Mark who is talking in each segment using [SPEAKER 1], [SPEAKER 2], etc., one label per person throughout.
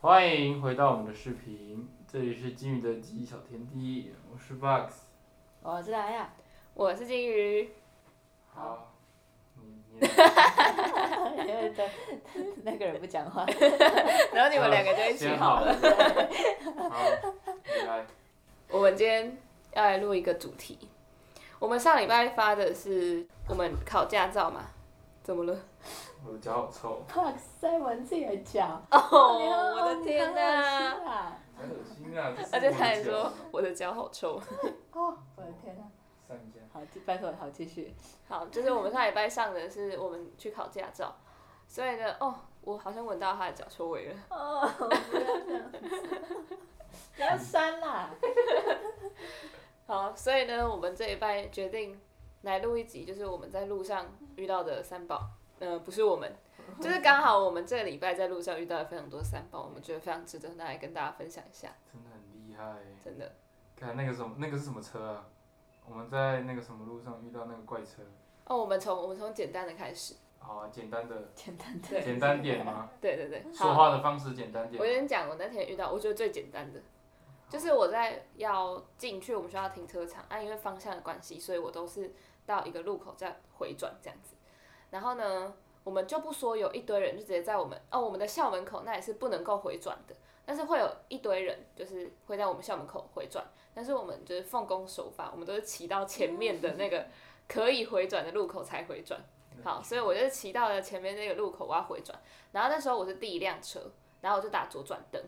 [SPEAKER 1] 欢迎回到我们的视频，这里是金鱼的记忆小天地，我是 Box。
[SPEAKER 2] 我是达雅，我是金鱼。
[SPEAKER 1] 好，你你
[SPEAKER 3] 因为在那个人不讲话，
[SPEAKER 2] 然后你们两个就一起
[SPEAKER 1] 先
[SPEAKER 2] 好
[SPEAKER 1] 好
[SPEAKER 2] 了。
[SPEAKER 1] 了。好，你来。
[SPEAKER 2] 我们今天要来录一个主题。我们上礼拜发的是我们考驾照嘛？怎么了？
[SPEAKER 1] 我的脚好臭，
[SPEAKER 3] Cox 在玩自己的脚。你很
[SPEAKER 2] 哦我
[SPEAKER 3] 你
[SPEAKER 2] 的天
[SPEAKER 3] 很
[SPEAKER 2] 哪、
[SPEAKER 3] 恶心啊！
[SPEAKER 1] 好恶心啊！这是
[SPEAKER 2] 而且
[SPEAKER 1] 我的
[SPEAKER 2] 他还
[SPEAKER 1] 脚
[SPEAKER 2] 说我的脚好臭。
[SPEAKER 3] 哦，我的天哪！
[SPEAKER 1] 上一下，
[SPEAKER 3] 好，继拜托，好继续。
[SPEAKER 2] 好，就是我们上礼拜上的是我们去考驾照，所以呢，哦，我好像闻到他的脚臭味了。
[SPEAKER 3] 哦，不要这样子，不要删啦。
[SPEAKER 2] 好，所以呢，我们这一拜决定来录一集，就是我们在路上遇到的三宝。呃，不是我们，就是刚好我们这个礼拜在路上遇到了非常多三宝，我们觉得非常值得拿来跟大家分享一下。
[SPEAKER 1] 真的很厉害。
[SPEAKER 2] 真的，
[SPEAKER 1] 看那个什么，那个是什么车啊？我们在那个什么路上遇到那个怪车。
[SPEAKER 2] 哦，我们从我们从简单的开始，
[SPEAKER 1] 好、啊，简单的，
[SPEAKER 3] 简单的。
[SPEAKER 2] 对
[SPEAKER 1] 简单点吗？
[SPEAKER 2] 对对对，
[SPEAKER 1] 说
[SPEAKER 2] 好，
[SPEAKER 1] 话的方式简单
[SPEAKER 2] 我
[SPEAKER 1] 点。
[SPEAKER 2] 跟你讲，我那天遇到我觉得最简单的，就是我在要进去我们学校停车场，啊，因为方向的关系，所以我都是到一个路口再回转这样子。然后呢，我们就不说有一堆人就直接在我们哦我们的校门口那也是不能够回转的，但是会有一堆人就是会在我们校门口回转，但是我们就是奉公守法，我们都是骑到前面的 那个可以回转的路口才回转。好，所以我就是骑到了前面那个路口，我要回转。然后那时候我是第一辆车，然后我就打左转灯，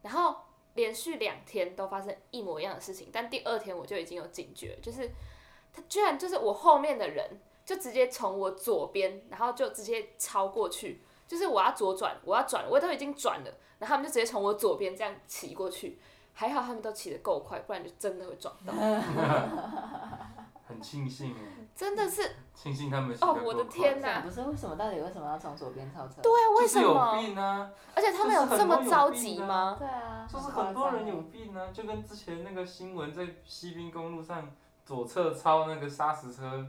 [SPEAKER 2] 然后连续两天都发生一模一样的事情，但第二天我就已经有警觉，就是他居然就是我后面的人就直接从我左边，然后就直接超过去，就是我要左转，我要转，我都已经转了，然后他们就直接从我左边这样骑过去，还好他们都骑得够快，不然就真的会撞到，
[SPEAKER 1] 嗯很庆幸哎，
[SPEAKER 2] 真的是
[SPEAKER 1] 庆幸他们骑得
[SPEAKER 2] 哦，我
[SPEAKER 1] 够
[SPEAKER 2] 的
[SPEAKER 1] 快
[SPEAKER 2] 天
[SPEAKER 3] 那
[SPEAKER 2] 哪！
[SPEAKER 3] 不是为什么？到底为什么要从左边超车？
[SPEAKER 2] 对啊，为
[SPEAKER 1] 就
[SPEAKER 2] 什
[SPEAKER 1] 是有
[SPEAKER 2] 么？
[SPEAKER 1] 病啊！
[SPEAKER 2] 而且他
[SPEAKER 1] 就是
[SPEAKER 2] 们有
[SPEAKER 1] 很
[SPEAKER 2] 这
[SPEAKER 1] 多
[SPEAKER 2] 么
[SPEAKER 1] 有
[SPEAKER 2] 着
[SPEAKER 1] 病
[SPEAKER 2] 急
[SPEAKER 1] 啊
[SPEAKER 2] 吗？
[SPEAKER 3] 对啊。
[SPEAKER 1] 就是很
[SPEAKER 3] 夸张
[SPEAKER 1] 多人
[SPEAKER 3] 欸
[SPEAKER 1] 有病啊，就跟之前那个新闻在西滨公路上左侧超那个砂石车，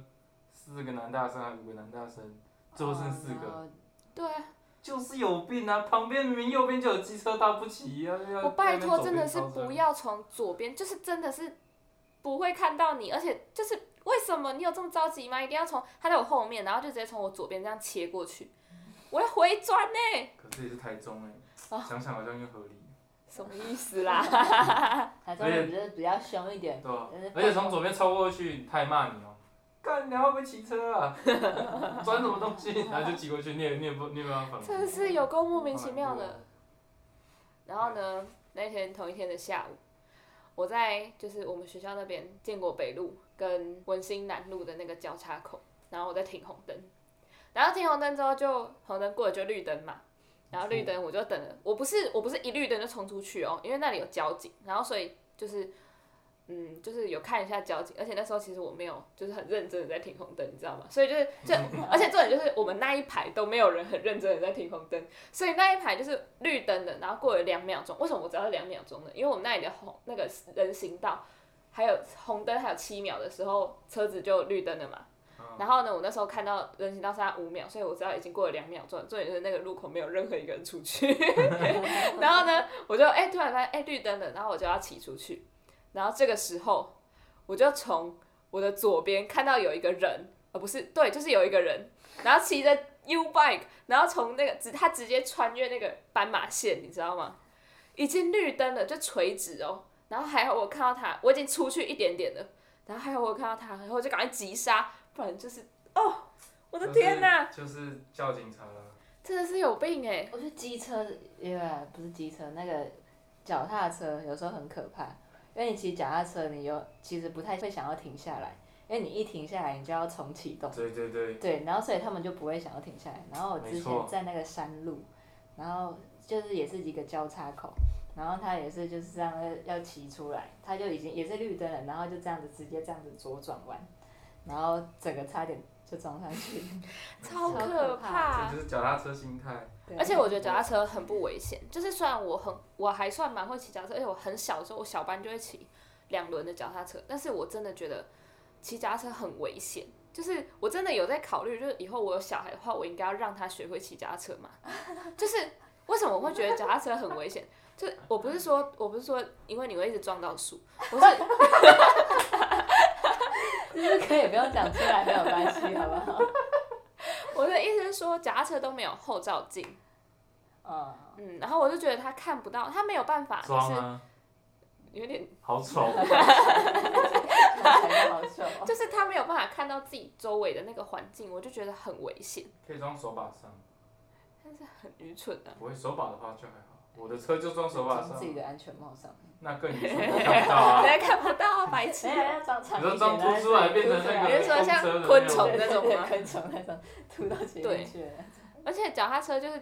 [SPEAKER 1] 四个男大生还是五个男大生，最后剩四
[SPEAKER 3] 哦
[SPEAKER 1] 个，。
[SPEAKER 2] 对啊，
[SPEAKER 1] 就是有病啊！旁边明明右边就有机车道，不骑要要。
[SPEAKER 2] 我拜托，
[SPEAKER 1] 要在
[SPEAKER 2] 真
[SPEAKER 1] 那
[SPEAKER 2] 的
[SPEAKER 1] 边
[SPEAKER 2] 是
[SPEAKER 1] 走边超车
[SPEAKER 2] 不。要从左边，就是真的是不会看到你，而且就是为什么你有这么着急吗？一定要从他在我后面，然后就直接从我左边这样切过去，我要回转呢、
[SPEAKER 1] 可是也是台中哎、
[SPEAKER 2] 哦
[SPEAKER 1] 想想好像又合理，
[SPEAKER 2] 什么意思啦？
[SPEAKER 3] 台中人就是比较凶一点
[SPEAKER 1] 对，吧、
[SPEAKER 3] 但是
[SPEAKER 1] 而且从左边超过去，他还骂你哦、干，你还会不会骑车啊？ 钻什么东西？ 然后就骑过去，你也你也不你也没办法反驳。
[SPEAKER 2] 真的是有够莫名其妙
[SPEAKER 1] 好难
[SPEAKER 2] 的
[SPEAKER 1] 过。
[SPEAKER 2] 然后呢，那天同一天的下午，我在就是我们学校那边建国北路跟文心南路的那个交叉口，然后我在停红灯，然后停红灯之后就红灯过了就绿灯嘛，然后绿灯我就等了，我不是我不是一绿灯就冲出去哦，因为那里有交警，然后所以就是。嗯，就是有看一下交警，而且那时候其实我没有，就是很认真的在停红灯，你知道吗？所以就是，就 而且重点就是我们那一排都没有人很认真的在停红灯，所以那一排就是绿灯的，然后过了两秒钟，为什么我知道是两秒钟呢？因为我们那里的红那个人行道还有红灯还有七秒的时候，车子就绿灯了嘛。
[SPEAKER 1] 嗯
[SPEAKER 2] 然后呢，我那时候看到人行道剩下五秒，所以我知道已经过了两秒钟了。重点是那个路口没有任何一个人出去。 然后呢，我就哎、突然发现哎、绿灯了，然后我就要骑出去。然后这个时候，我就从我的左边看到有一个人，呃，不是，对，就是有一个人，然后骑着 U bike，然后从那个直他直接穿越那个斑马线，你知道吗？已经绿灯了，就垂直哦。然后还好我看到他，我已经出去一点点了，然后还好我看到他，然后我就赶快急刹，不然就是哦，我的天哪，
[SPEAKER 1] 就是！就是叫警察了。
[SPEAKER 2] 真的是有病哎！
[SPEAKER 3] 我觉得机车，也不是机车，那个脚踏车有时候很可怕，因为你骑脚踏车，你有其实不太会想要停下来，因为你一停下来，你就要重启动。
[SPEAKER 1] 对对对，
[SPEAKER 3] 对，然后所以他们就不会想要停下来。然后我之
[SPEAKER 1] 没
[SPEAKER 3] 前
[SPEAKER 1] 错
[SPEAKER 3] 在那个山路，然后就是也是一个交叉口，然后他也是就是这样要骑出来，他就已经也是绿灯了，然后就这样子直接这样子左转弯，然后整个差点就撞上去。
[SPEAKER 2] 超
[SPEAKER 3] 超
[SPEAKER 2] 可
[SPEAKER 3] 可
[SPEAKER 2] 怕
[SPEAKER 1] 这！就是脚踏车心态。
[SPEAKER 3] 对啊
[SPEAKER 2] 而且我觉得脚踏车很不危险，就是虽然我很我还算蛮会骑脚踏车，而且我很小的时候我小班就会骑两轮的脚踏车，但是我真的觉得骑脚踏车很危险。就是我真的有在考虑，就是以后我有小孩的话，我应该要让他学会骑脚踏车嘛？就是为什么我会觉得脚踏车很危险？就我不是说，我不是说，因为你会一直撞到树，我是
[SPEAKER 3] 这个也不用讲出来，没有关系，好不好？
[SPEAKER 2] 我的意思是说，脚踏车都没有后照镜，
[SPEAKER 3] 嗯，
[SPEAKER 2] 嗯，然后我就觉得他看不到，他没有办法，就
[SPEAKER 1] 装
[SPEAKER 2] 是
[SPEAKER 1] 啊，
[SPEAKER 2] 有点，
[SPEAKER 1] 好丑，
[SPEAKER 3] 好丑哦。
[SPEAKER 2] 就是他没有办法看到自己周围的那个环境，我就觉得很危险，
[SPEAKER 1] 可以装手把上，
[SPEAKER 2] 但是很愚蠢啊。
[SPEAKER 1] 不会手把的话就还好。我的车就装手把
[SPEAKER 3] 从
[SPEAKER 1] 上
[SPEAKER 3] 自，己的安全帽上面。
[SPEAKER 1] 那更愚蠢，看不到 啊。
[SPEAKER 2] 人家看不到啊，白 痴
[SPEAKER 3] 没！有要装长
[SPEAKER 1] 你
[SPEAKER 3] 一点
[SPEAKER 1] 说
[SPEAKER 3] 的，
[SPEAKER 1] 装凸出来变成那个，
[SPEAKER 2] 你是说像昆虫那种吗
[SPEAKER 3] 昆虫那种吐到前面去了。
[SPEAKER 2] 而且脚踏车就是，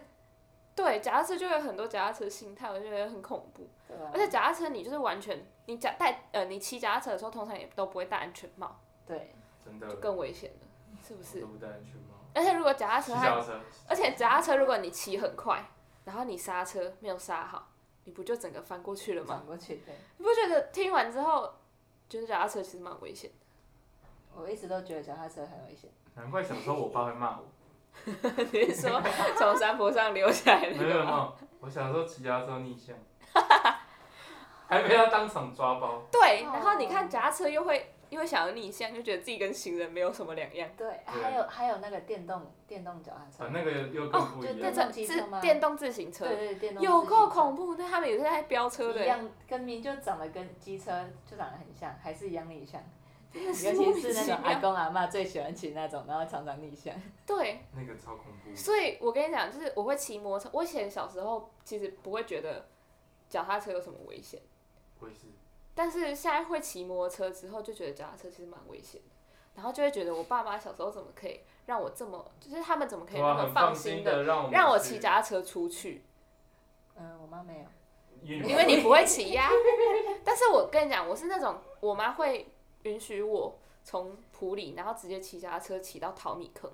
[SPEAKER 2] 对，脚踏车就有很多脚踏车心态，我觉得很恐怖。
[SPEAKER 3] 对吧
[SPEAKER 2] 而且脚踏车你就是完全，你脚戴呃，你骑脚踏车的时候通常也都不会戴安全帽，
[SPEAKER 3] 对，
[SPEAKER 1] 真的
[SPEAKER 2] 就，更危险了，是不
[SPEAKER 1] 我
[SPEAKER 2] 是
[SPEAKER 1] 都？不戴安全帽，
[SPEAKER 2] 而且如果脚踏
[SPEAKER 1] 骑
[SPEAKER 2] 车还，
[SPEAKER 1] 脚踏车，
[SPEAKER 2] 而且脚踏车如果你骑很快，然后你刹车没有刹好，你不就整个翻过去了
[SPEAKER 1] 啊
[SPEAKER 2] 吗？
[SPEAKER 3] 转过去。对，
[SPEAKER 2] 你不觉得听完之后，觉得脚踏车其实蛮危险
[SPEAKER 3] 我一直都觉得脚踏车很危险。
[SPEAKER 1] 难怪小时候我爸会骂 我。
[SPEAKER 2] 的？ 你是说从山坡上溜下来
[SPEAKER 1] 没
[SPEAKER 2] 那
[SPEAKER 1] 有没有
[SPEAKER 2] 个
[SPEAKER 1] 没
[SPEAKER 2] 吗？
[SPEAKER 1] 有，我小时候骑脚踏车逆向，还被他当场抓包，
[SPEAKER 2] 对，然后你看脚踏车又会又会想要逆向，就觉得自己跟行人没有什么两样。
[SPEAKER 3] 对，还有还有那个电动电动脚踏
[SPEAKER 1] 反
[SPEAKER 3] 车。
[SPEAKER 1] 正那个又更不一
[SPEAKER 3] 电
[SPEAKER 2] 那
[SPEAKER 1] 样。
[SPEAKER 3] 就动
[SPEAKER 2] 种
[SPEAKER 3] 机
[SPEAKER 2] 自
[SPEAKER 3] 车吗
[SPEAKER 2] 电动自行车
[SPEAKER 3] 对对，电动
[SPEAKER 2] 有够
[SPEAKER 3] 恐
[SPEAKER 2] 恐怖，那他们也是在飙车的
[SPEAKER 3] 一
[SPEAKER 2] 欸，
[SPEAKER 3] 样，跟明就长得跟机车就长得很像，还是一样逆向。
[SPEAKER 2] 真
[SPEAKER 3] 尤
[SPEAKER 2] 的 是
[SPEAKER 3] 其
[SPEAKER 2] 莫名
[SPEAKER 3] 是那
[SPEAKER 2] 其
[SPEAKER 3] 种阿
[SPEAKER 2] 妙。
[SPEAKER 3] 公阿妈最喜欢骑那种，然后常常逆向。
[SPEAKER 2] 对，
[SPEAKER 1] 那个超恐怖，
[SPEAKER 2] 所以我跟你讲，就是我会骑摩托车。我以前小时候其实不会觉得脚踏车有什么危险，
[SPEAKER 1] 我也是。
[SPEAKER 2] 但是现在会骑摩托车之后，就觉得脚踏车其实蛮危险的。然后就会觉得我爸妈小时候怎么可以让我这么，就是他们怎么可以
[SPEAKER 1] 哇
[SPEAKER 2] 那么
[SPEAKER 1] 啊很放
[SPEAKER 2] 心
[SPEAKER 1] 的让我们
[SPEAKER 2] 让我
[SPEAKER 1] 去
[SPEAKER 2] 骑脚，踏车出去？
[SPEAKER 3] 嗯，我妈没有。
[SPEAKER 1] 因
[SPEAKER 2] 因为你不会骑呀、 但是我跟你讲，我是那种我妈会允许我从普里，然后直接骑脚踏车骑到桃米坑，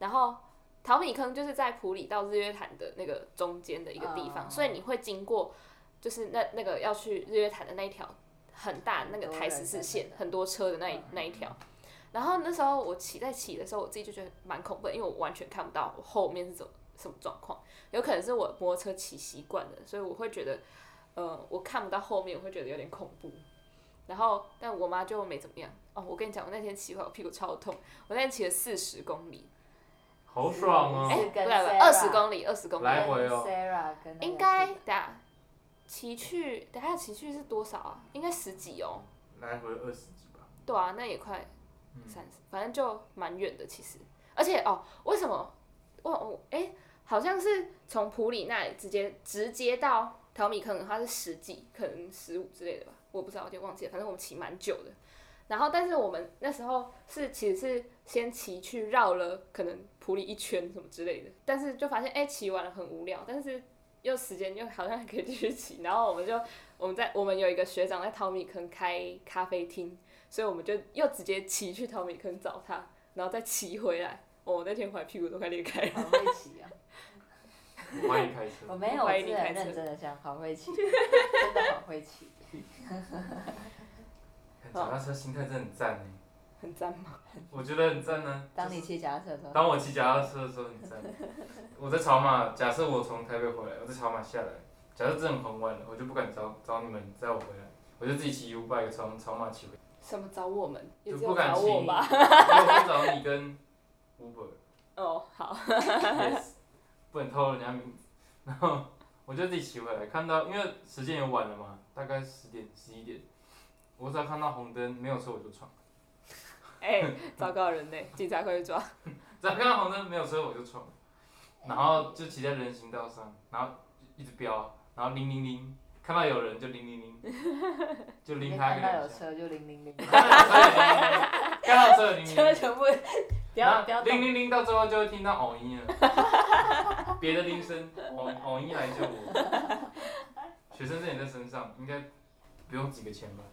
[SPEAKER 2] 然后桃米坑就是在普里到日月潭的那个中间的一个地方，
[SPEAKER 3] 哦
[SPEAKER 2] 所以你会经过就是那那个要去日月潭的那一条很大的那个台十四线，很多车的那一那一条。然后那时候我骑在骑的时候，我自己就觉得蛮恐怖的，因为我完全看不到我后面是怎么什么状况，有可能是我摩托车骑习惯了，所以我会觉得呃，我看不到后面，我会觉得有点恐怖。然后，但我妈就没怎么样。哦，我跟你讲，我那天骑回来，我屁股超痛。我那天骑了四十公里，
[SPEAKER 1] 好爽哦、
[SPEAKER 3] 哎
[SPEAKER 2] 哎、
[SPEAKER 3] 是
[SPEAKER 2] 不
[SPEAKER 3] 跟
[SPEAKER 2] 对不对，
[SPEAKER 3] Sarah
[SPEAKER 2] 二十公里，二十公里，
[SPEAKER 1] 来回哦
[SPEAKER 3] Sarah 跟那个
[SPEAKER 2] 应该等下骑去，等下骑去是多少啊？应该十几哦。
[SPEAKER 1] 来回二十几吧。
[SPEAKER 2] 对啊，那也快
[SPEAKER 1] 嗯
[SPEAKER 2] 三十，反正就蛮远的其实。而且哦，为什么？我我哎，好像是从普里那里直接直接到淘米坑，它是十几，可能十五之类的吧，我不知道，我有点忘记了。反正我们骑蛮久的。然后，但是我们那时候是其实是先骑去绕了可能普里一圈什么之类的，但是就发现哎骑完了很无聊，但是又时间又好像还可以继续骑，然后我们就 我们在我们有一个学长在淘米坑开咖啡厅，所以我们就又直接骑去淘米坑找他，然后再骑回来。哦我那天回来屁股都快裂开 了。
[SPEAKER 3] 好会骑啊！
[SPEAKER 1] 我欢迎开车
[SPEAKER 3] 我，没有，我
[SPEAKER 2] 怀疑
[SPEAKER 3] 是
[SPEAKER 2] 你开
[SPEAKER 3] 很
[SPEAKER 2] 车
[SPEAKER 3] 认真的想，好会骑， 真的好会骑。
[SPEAKER 1] 看脚踏车心态真的很赞哎，
[SPEAKER 2] 很赞吗？
[SPEAKER 1] 我觉得很赞呢、
[SPEAKER 3] 当你骑脚踏车的时候，
[SPEAKER 1] 当我骑脚踏车的时候很赞。 我在草马，假设我从台北回来，我在草马下来，假设真的很晚了，我就不敢找找你们载我回来，我就自己骑 U bike 从草马骑回来。
[SPEAKER 2] 什么找我们？也
[SPEAKER 1] 就
[SPEAKER 2] 只
[SPEAKER 1] 不
[SPEAKER 2] 有
[SPEAKER 1] 敢
[SPEAKER 2] 找
[SPEAKER 1] 骑，
[SPEAKER 2] 我
[SPEAKER 1] 我
[SPEAKER 2] 吧。
[SPEAKER 1] 会找你跟 Uber，
[SPEAKER 2] 哦，好，
[SPEAKER 1] yes，不 能偷人家名字。然后我就自己骑回来，看到因为时间也晚了嘛，大概十点十一点，我只要看到红灯没有车我就闯，
[SPEAKER 2] 哎、糟糕人呢，警察快去抓。
[SPEAKER 1] 只要看到红灯没有车我就闯，然后就骑在人行道上，然后一直飙，然后铃铃铃，看到有人就铃铃铃，就
[SPEAKER 3] 你
[SPEAKER 1] 铃他
[SPEAKER 3] 看
[SPEAKER 1] 个
[SPEAKER 3] 到有
[SPEAKER 1] 两下，
[SPEAKER 3] 车就零零零，
[SPEAKER 1] 看到有车铃铃铃，看到车 铃铃铃
[SPEAKER 3] 车。全部不要不要
[SPEAKER 1] 零
[SPEAKER 3] 动，
[SPEAKER 1] 零零到最后就会听到偶 音了，别的铃声，偶偶音来救我。学生证也在身上，应该不用几个钱吧？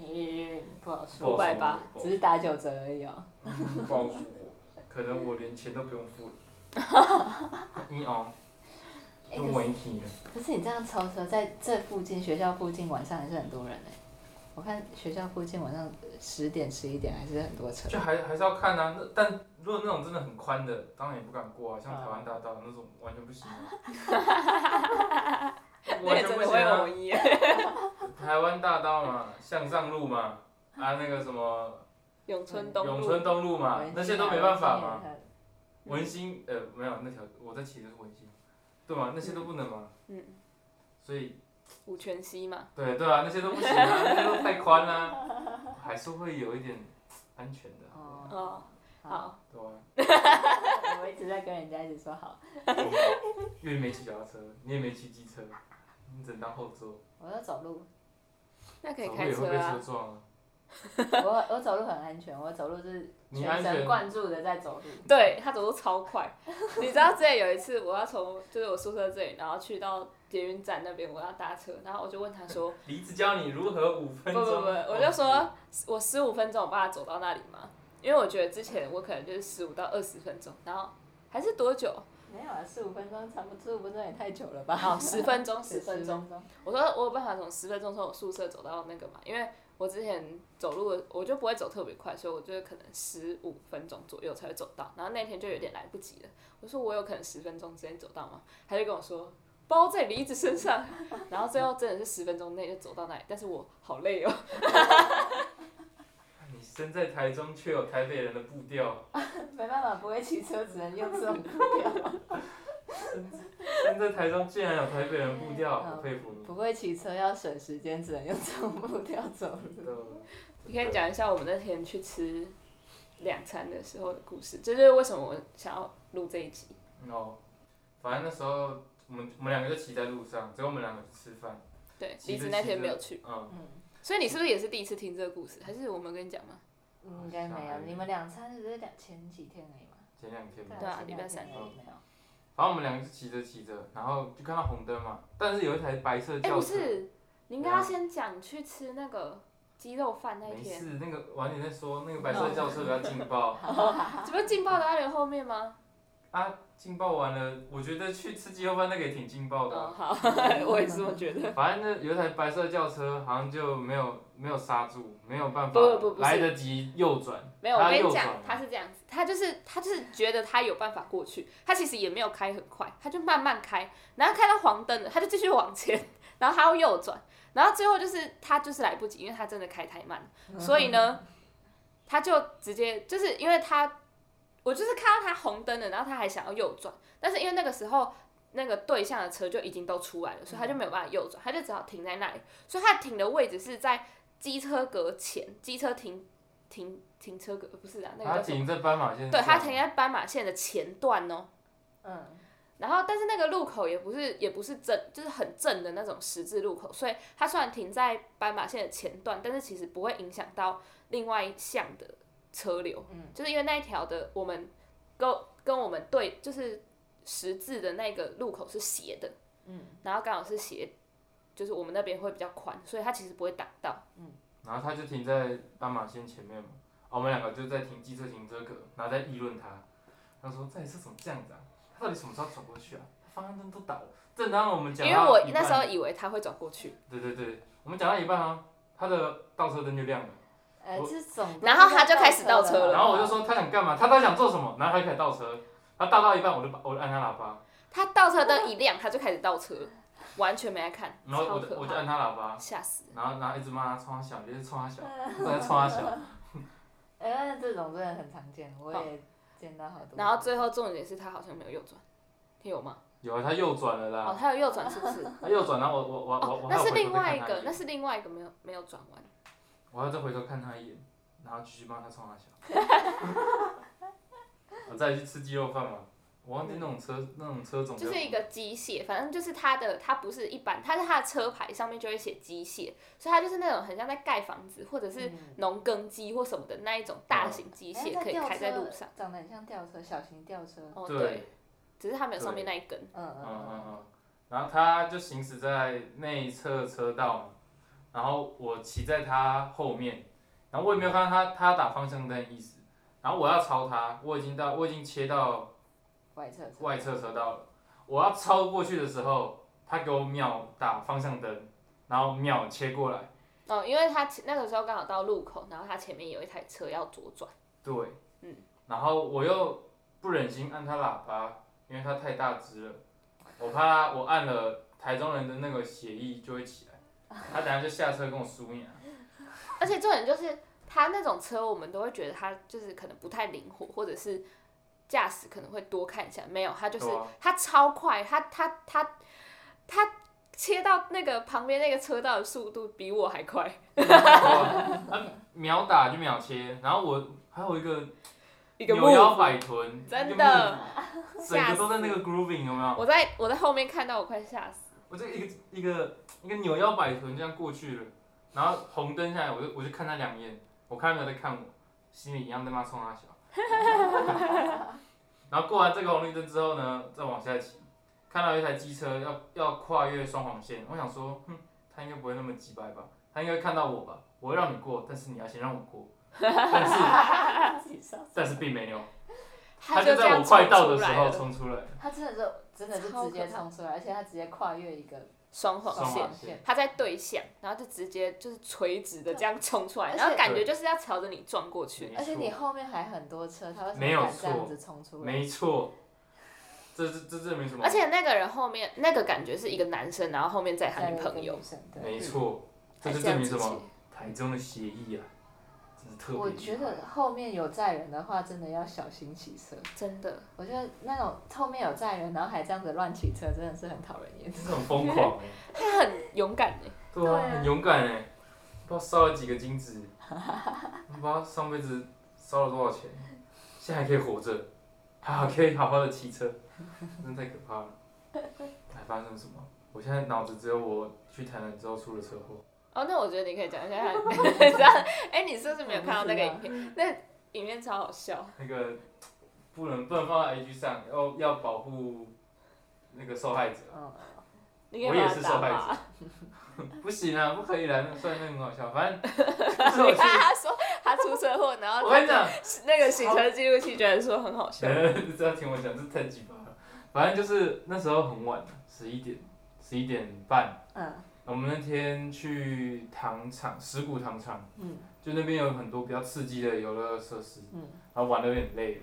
[SPEAKER 3] 咦嗯不好
[SPEAKER 2] 五
[SPEAKER 3] 说，
[SPEAKER 2] 百八
[SPEAKER 1] 不好说
[SPEAKER 3] 只是啊打九折而已哦。
[SPEAKER 1] 嗯不好说，可能我连钱都不用付了。 你哦，
[SPEAKER 3] 哎
[SPEAKER 1] 都
[SPEAKER 3] 可是
[SPEAKER 1] 文体了，
[SPEAKER 3] 可是你这样超车，在这附近学校附近晚上还是很多人哎。我看学校附近晚上十点十一点还是很多车。
[SPEAKER 1] 就还还是要看啊。那但如果那种真的很宽的，当然也不敢 过啊，像
[SPEAKER 3] 嗯
[SPEAKER 1] 台湾大道那种完全不行、啊，
[SPEAKER 2] 那
[SPEAKER 1] 完
[SPEAKER 2] 也
[SPEAKER 1] 全
[SPEAKER 2] 真
[SPEAKER 1] 不
[SPEAKER 2] 的
[SPEAKER 1] 行
[SPEAKER 2] 会
[SPEAKER 1] 啊
[SPEAKER 2] 偶。一。
[SPEAKER 1] 台湾大道嘛，向上路嘛，啊那个什么
[SPEAKER 2] 永春嗯东
[SPEAKER 1] 永
[SPEAKER 2] 路
[SPEAKER 1] 春东路嘛
[SPEAKER 3] 文，
[SPEAKER 1] 那
[SPEAKER 3] 心
[SPEAKER 1] 些都
[SPEAKER 3] 啊
[SPEAKER 1] 没办法嘛。
[SPEAKER 3] 文心也很
[SPEAKER 1] 文心呃没有那条我在骑的是文心，对吗？那些都不能嘛。
[SPEAKER 2] 嗯。
[SPEAKER 1] 所以
[SPEAKER 2] 五泉西嘛，
[SPEAKER 1] 对对啊，那些都不行啊，那些都太宽啦、还是会有一点安全的，
[SPEAKER 2] 哦，
[SPEAKER 3] 好，
[SPEAKER 2] 好，
[SPEAKER 1] 对吧、啊
[SPEAKER 3] 我一直在跟人家一直说好，
[SPEAKER 1] 因为没骑脚踏车，你也没骑机车，你只能当后座，
[SPEAKER 3] 我要走路，
[SPEAKER 2] 那可以
[SPEAKER 1] 走路
[SPEAKER 2] 开
[SPEAKER 1] 也会
[SPEAKER 2] 车
[SPEAKER 1] 被车
[SPEAKER 2] 啊。
[SPEAKER 1] 撞啊。
[SPEAKER 3] 我我走路很安全，我走路是
[SPEAKER 1] 你安
[SPEAKER 3] 全神
[SPEAKER 1] 全，
[SPEAKER 3] 贯注的在走路。
[SPEAKER 2] 对他走路超快， 你知道之前有一次我要从就是我宿舍这里，然后去到捷运站那边，我要搭车，然后我就问他 说，
[SPEAKER 1] 梨子教你如何五
[SPEAKER 2] 不
[SPEAKER 1] 分
[SPEAKER 2] 不
[SPEAKER 1] 钟。哦
[SPEAKER 2] 不，我就说我十五分钟我爸走到那里嘛，因为我觉得之前我可能就是十五到二十分钟，然后还是多久？
[SPEAKER 3] 没有啊，四五分钟，差不多十五分钟也太久了吧？
[SPEAKER 2] 哦，十分 钟，
[SPEAKER 3] 十
[SPEAKER 2] 十分
[SPEAKER 3] 分
[SPEAKER 2] 钟。
[SPEAKER 3] 钟，
[SPEAKER 2] 我说我有办法从十分钟从我宿舍走到那个嘛，因为我之前走路我就不会走特别快，所以我就可能十五分钟左右才会走到。然后那天就有点来不及了，我说我有可能十分钟之内走到吗？他就跟我说包在梨子身上， 然后最后真的是十分钟内就走到那里，但是我好累哦。
[SPEAKER 1] 你身在台中，却有台北人的步调；
[SPEAKER 3] 没办法，不会骑车，只能用这种步调。
[SPEAKER 1] 身在台中，竟然有台北人步调，
[SPEAKER 3] 嗯
[SPEAKER 1] 我佩服你。
[SPEAKER 3] 不会骑车要省时间，只能用这种步调走路。
[SPEAKER 1] 真的
[SPEAKER 2] 你可以讲一下我们那天去吃两餐的时候的故事，这就是为什么我想要录这一集。
[SPEAKER 1] 哦，反正那时候我们我们两个就骑在路上，只有我们两个去吃饭。
[SPEAKER 2] 对，
[SPEAKER 1] 其
[SPEAKER 2] 梨
[SPEAKER 1] 实
[SPEAKER 2] 子那
[SPEAKER 1] 其
[SPEAKER 2] 天
[SPEAKER 1] 实
[SPEAKER 2] 没有去，
[SPEAKER 1] 嗯，
[SPEAKER 3] 嗯，
[SPEAKER 2] 所以你是不是也是第一次听这个故事？还是我们跟你讲吗？
[SPEAKER 3] 应该没有。你们两餐只是两前几天而已嘛？
[SPEAKER 1] 前两天吧。
[SPEAKER 2] 对啊
[SPEAKER 3] 前
[SPEAKER 2] 礼拜
[SPEAKER 3] 两
[SPEAKER 2] 三
[SPEAKER 3] 天而已没有。
[SPEAKER 1] 反正我们两个就骑着骑着，然后就看到红灯嘛，但是有一台白色
[SPEAKER 2] 哎、
[SPEAKER 1] 轿
[SPEAKER 2] 不
[SPEAKER 1] 车。
[SPEAKER 2] 是，你应该
[SPEAKER 1] 对啊
[SPEAKER 2] 要先讲去吃那个鸡肉饭那一
[SPEAKER 1] 没
[SPEAKER 2] 天，嗯
[SPEAKER 1] 事，那个晚点再说。那个白色轿车比较劲爆
[SPEAKER 2] 啊这不是劲爆的阿莲后面吗？
[SPEAKER 1] 啊，劲爆完了，我觉得去吃鸡肉饭那个也挺劲爆的啊、
[SPEAKER 2] 嗯，好， 我也是这么觉得。
[SPEAKER 1] 反正那有一台白色轿车，好像就没有没有刹住，没有办法
[SPEAKER 2] 不不不不是
[SPEAKER 1] 来得及右转。
[SPEAKER 2] 没有，我
[SPEAKER 1] 他
[SPEAKER 2] 跟你
[SPEAKER 1] 右
[SPEAKER 2] 讲
[SPEAKER 1] 转，
[SPEAKER 2] 他是这样子，他就是他就是觉得他有办法过去，他其实也没有开很快，他就慢慢开，然后开到黄灯了，他就继续往前， 然后他要右转，然后最后就是他就是来不及，因为他真的开太慢了，所以呢，他就直接就是因为他，我就是看到他红灯了，然后他还想要右转，但是因为那个时候。那个对向的车就已经都出来了，所以他就没有办法右转，他就只好停在那里。所以他停的位置是在机车格前，机车停停停车格不是啊，那个
[SPEAKER 1] 他
[SPEAKER 2] 叫什么？
[SPEAKER 1] 停在斑马线上。
[SPEAKER 2] 对，他停在斑马线的前段哦。
[SPEAKER 3] 嗯，
[SPEAKER 2] 然后，但是那个路口也不是也不是正，就是很正的那种十字路口，所以它虽然停在斑马线的前段，但是其实不会影响到另外一项的车流。
[SPEAKER 3] 嗯，
[SPEAKER 2] 就是因为那一条的我们跟跟我们对就是十字的那个路口是斜的，
[SPEAKER 3] 嗯，
[SPEAKER 2] 然后刚好是斜，就是我们那边会比较宽，所以它其实不会挡到。
[SPEAKER 1] 然后他就停在斑马线前面嘛，啊我们两个就在停机车停车格，然后在议论他。他说：“这里是怎么这样子啊？他到底什么时候转过去啊？方向灯都倒了。”正当我们讲
[SPEAKER 2] 因
[SPEAKER 1] 到
[SPEAKER 2] 为我
[SPEAKER 1] 一
[SPEAKER 2] 那
[SPEAKER 1] 半
[SPEAKER 2] 时候以为他会转过去，
[SPEAKER 1] 对对对，我们讲到一半啊，他的倒车灯就亮了，
[SPEAKER 3] 呃，
[SPEAKER 1] 我
[SPEAKER 3] 这种。
[SPEAKER 2] 然后他就开始倒车了
[SPEAKER 1] 然后我就，说他想干嘛，他他想做什么，然后他就开始倒车，他倒到一半我就把我就按他喇叭，
[SPEAKER 2] 他倒车灯一亮，他就开始倒车，完全没来看，
[SPEAKER 1] 然后
[SPEAKER 2] 超
[SPEAKER 1] 我就
[SPEAKER 2] 可
[SPEAKER 1] 我就
[SPEAKER 2] 怕，
[SPEAKER 1] 按他喇叭，
[SPEAKER 2] 吓死！
[SPEAKER 1] 然后然后一直骂他冲他小，一直冲他小， 都在冲他小，
[SPEAKER 3] 呃，这种真的很常见，我也见到好多。
[SPEAKER 2] 然后最后重点是他好像没有右转，你有吗？
[SPEAKER 1] 有啊，他右转了
[SPEAKER 2] 哦，
[SPEAKER 1] 啦，
[SPEAKER 2] 他有右转是不是？
[SPEAKER 1] 他右转，然后我 我我我
[SPEAKER 2] 哦
[SPEAKER 1] 我，还
[SPEAKER 2] 那
[SPEAKER 1] 有
[SPEAKER 2] 是
[SPEAKER 1] 回
[SPEAKER 2] 另
[SPEAKER 1] 头再
[SPEAKER 2] 外
[SPEAKER 1] 看
[SPEAKER 2] 一
[SPEAKER 1] 他
[SPEAKER 2] 个，
[SPEAKER 1] 眼
[SPEAKER 2] 那是另外一个没有没有转弯。
[SPEAKER 1] 我还要再回头看他一眼，然后继续骂他冲他小。 我再去吃鸡肉饭嘛，我忘记那种车那种车种叫
[SPEAKER 2] 嗯就是
[SPEAKER 1] 什
[SPEAKER 2] 一
[SPEAKER 1] 么
[SPEAKER 2] 个机械，反正就是它的，它不是一般，它是它的车牌上面就会写机械，所以它就是那种很像在盖房子或者是
[SPEAKER 3] 嗯
[SPEAKER 2] 农耕机或什么的那一种大
[SPEAKER 1] 嗯
[SPEAKER 2] 型机
[SPEAKER 3] 哎
[SPEAKER 2] 械，
[SPEAKER 3] 它
[SPEAKER 2] 可以
[SPEAKER 3] 吊
[SPEAKER 2] 开在
[SPEAKER 3] 车
[SPEAKER 2] 路上。
[SPEAKER 3] 长得很像吊车，小型吊车。
[SPEAKER 2] 哦，
[SPEAKER 1] 对
[SPEAKER 2] 对，，只是它没有上面那一根。
[SPEAKER 3] 嗯
[SPEAKER 1] 嗯
[SPEAKER 3] 嗯
[SPEAKER 1] 嗯
[SPEAKER 3] 嗯。
[SPEAKER 1] 嗯，然后他就行驶在内侧车道嘛，然后我骑在他后面，然后我也没有看到他他打方向灯的意思，然后我要超他，我已经到我已经切到
[SPEAKER 3] 外侧车。
[SPEAKER 1] 外侧车道了，我要超过去的时候，他给我秒打方向灯，然后秒切过来，
[SPEAKER 2] 哦，因为他前那个时候刚好到路口，然后他前面有一台车要左转，
[SPEAKER 1] 对，
[SPEAKER 2] 嗯，
[SPEAKER 1] 然后我又不忍心按他喇叭，因为他太大只了，我怕他我按了台中人的那个血意就会 起来，他等下就下车跟我输你啊，
[SPEAKER 2] 而且重点就是他那种车，我们都会觉得他就是可能不太灵活，或者是驾驶可能会多看一下，没有，他就是
[SPEAKER 1] 对啊
[SPEAKER 2] 他超快，他他他他切到那个旁边那个车道的速度比我还快，
[SPEAKER 1] 他秒打就秒切，然后我还有一个
[SPEAKER 2] 一个
[SPEAKER 1] 扭腰
[SPEAKER 2] move
[SPEAKER 1] 摆臀，
[SPEAKER 2] 真的
[SPEAKER 1] 一个 move，整
[SPEAKER 2] 吓
[SPEAKER 1] 个
[SPEAKER 2] 死
[SPEAKER 1] 都在那个 grooving 有没有？
[SPEAKER 2] 我在我在后面看到我快吓死，
[SPEAKER 1] 我这一个一个一个扭腰摆臀这样过去了，然后红灯下来，我就我就看他两眼，我看他没有在看我，心里一样他妈冲他笑。然后过完这个红绿灯之后呢，再往下骑，看到一台机车要要跨越双黄线，我想说，哼，他应该不会那么急掰吧？他应该看到我吧？我会让你过，但是你要先让我过。但是
[SPEAKER 3] 自己上。
[SPEAKER 1] 但是并没有，
[SPEAKER 2] 他
[SPEAKER 1] 就
[SPEAKER 2] 这
[SPEAKER 1] 在
[SPEAKER 2] 样
[SPEAKER 1] 我快
[SPEAKER 2] 冲
[SPEAKER 1] 到
[SPEAKER 2] 出
[SPEAKER 1] 的时
[SPEAKER 2] 来
[SPEAKER 1] 候
[SPEAKER 2] 了
[SPEAKER 1] 冲出来，
[SPEAKER 3] 他真的是真的是
[SPEAKER 2] 超
[SPEAKER 3] 直接
[SPEAKER 2] 可怕
[SPEAKER 3] 冲出来，而且他直接跨越一个
[SPEAKER 2] 双
[SPEAKER 1] 双
[SPEAKER 2] 黄线
[SPEAKER 1] 黄。线。
[SPEAKER 2] 他在对向，然后就直接就是垂直的这样冲出来，
[SPEAKER 3] 对
[SPEAKER 2] 然后感觉就是要朝着你撞过去。
[SPEAKER 1] 没
[SPEAKER 3] 而且
[SPEAKER 1] 错
[SPEAKER 3] 你后面还很欸多车，他为什
[SPEAKER 1] 没有
[SPEAKER 3] 么敢这样
[SPEAKER 1] 错
[SPEAKER 3] 子冲出来？
[SPEAKER 1] 没错，这这这这没什么。
[SPEAKER 2] 而且那个人后面那个感觉是一个男生，然后后面载他
[SPEAKER 3] 在
[SPEAKER 2] 女朋友，，
[SPEAKER 3] 对，
[SPEAKER 1] 没错，这
[SPEAKER 2] 还
[SPEAKER 1] 就
[SPEAKER 2] 这
[SPEAKER 1] 证
[SPEAKER 2] 样
[SPEAKER 1] 明
[SPEAKER 2] 子
[SPEAKER 1] 什
[SPEAKER 2] 骑
[SPEAKER 1] 么？。台中的协议啊，真是特别。
[SPEAKER 3] 我觉得，后面有载人的话，真的要小心骑车。
[SPEAKER 2] 真的，
[SPEAKER 3] 我觉得那种后面有载人，然后还这样子乱骑车，真的是很讨人厌。
[SPEAKER 1] 这种疯狂哎、
[SPEAKER 2] 他很勇敢哎，
[SPEAKER 1] 对啊，很勇敢哎、不知道烧了几个金子， 不知道上辈子烧了多少钱，现在还可以活着，还好可以好好的骑车，真的太可怕了。还发生了什么？我现在脑子只有我去台南之后出了车祸，
[SPEAKER 2] 哦，那我觉得你可以讲一 下他，你知道？哎、你是不是没有看到那个影片？那影片超好笑，
[SPEAKER 1] 那个不能不能放在 IG 上，要要保护那个受害者。
[SPEAKER 3] 嗯，
[SPEAKER 2] 你可以
[SPEAKER 1] 我
[SPEAKER 2] 把
[SPEAKER 1] 也
[SPEAKER 2] 它
[SPEAKER 1] 是
[SPEAKER 2] 打
[SPEAKER 1] 受害
[SPEAKER 2] 码。
[SPEAKER 1] 不行啊，不可以啦，那算那很好笑。 反正就是 我
[SPEAKER 2] 你
[SPEAKER 1] 去，
[SPEAKER 2] 看他说他出车祸，然后
[SPEAKER 1] 我
[SPEAKER 2] 他
[SPEAKER 1] 跟你讲，
[SPEAKER 2] 那个行车记录器觉得说很好 笑，
[SPEAKER 1] 这要听我讲，这太鸡巴了。反正就是那时候很晚了，十一点，十一点半。
[SPEAKER 3] 嗯
[SPEAKER 1] 我们那天去糖厂，石鼓糖厂，
[SPEAKER 3] 嗯
[SPEAKER 1] 就那边有很多比较刺激的游乐设施，
[SPEAKER 3] 嗯，
[SPEAKER 1] 然后玩的有点累了，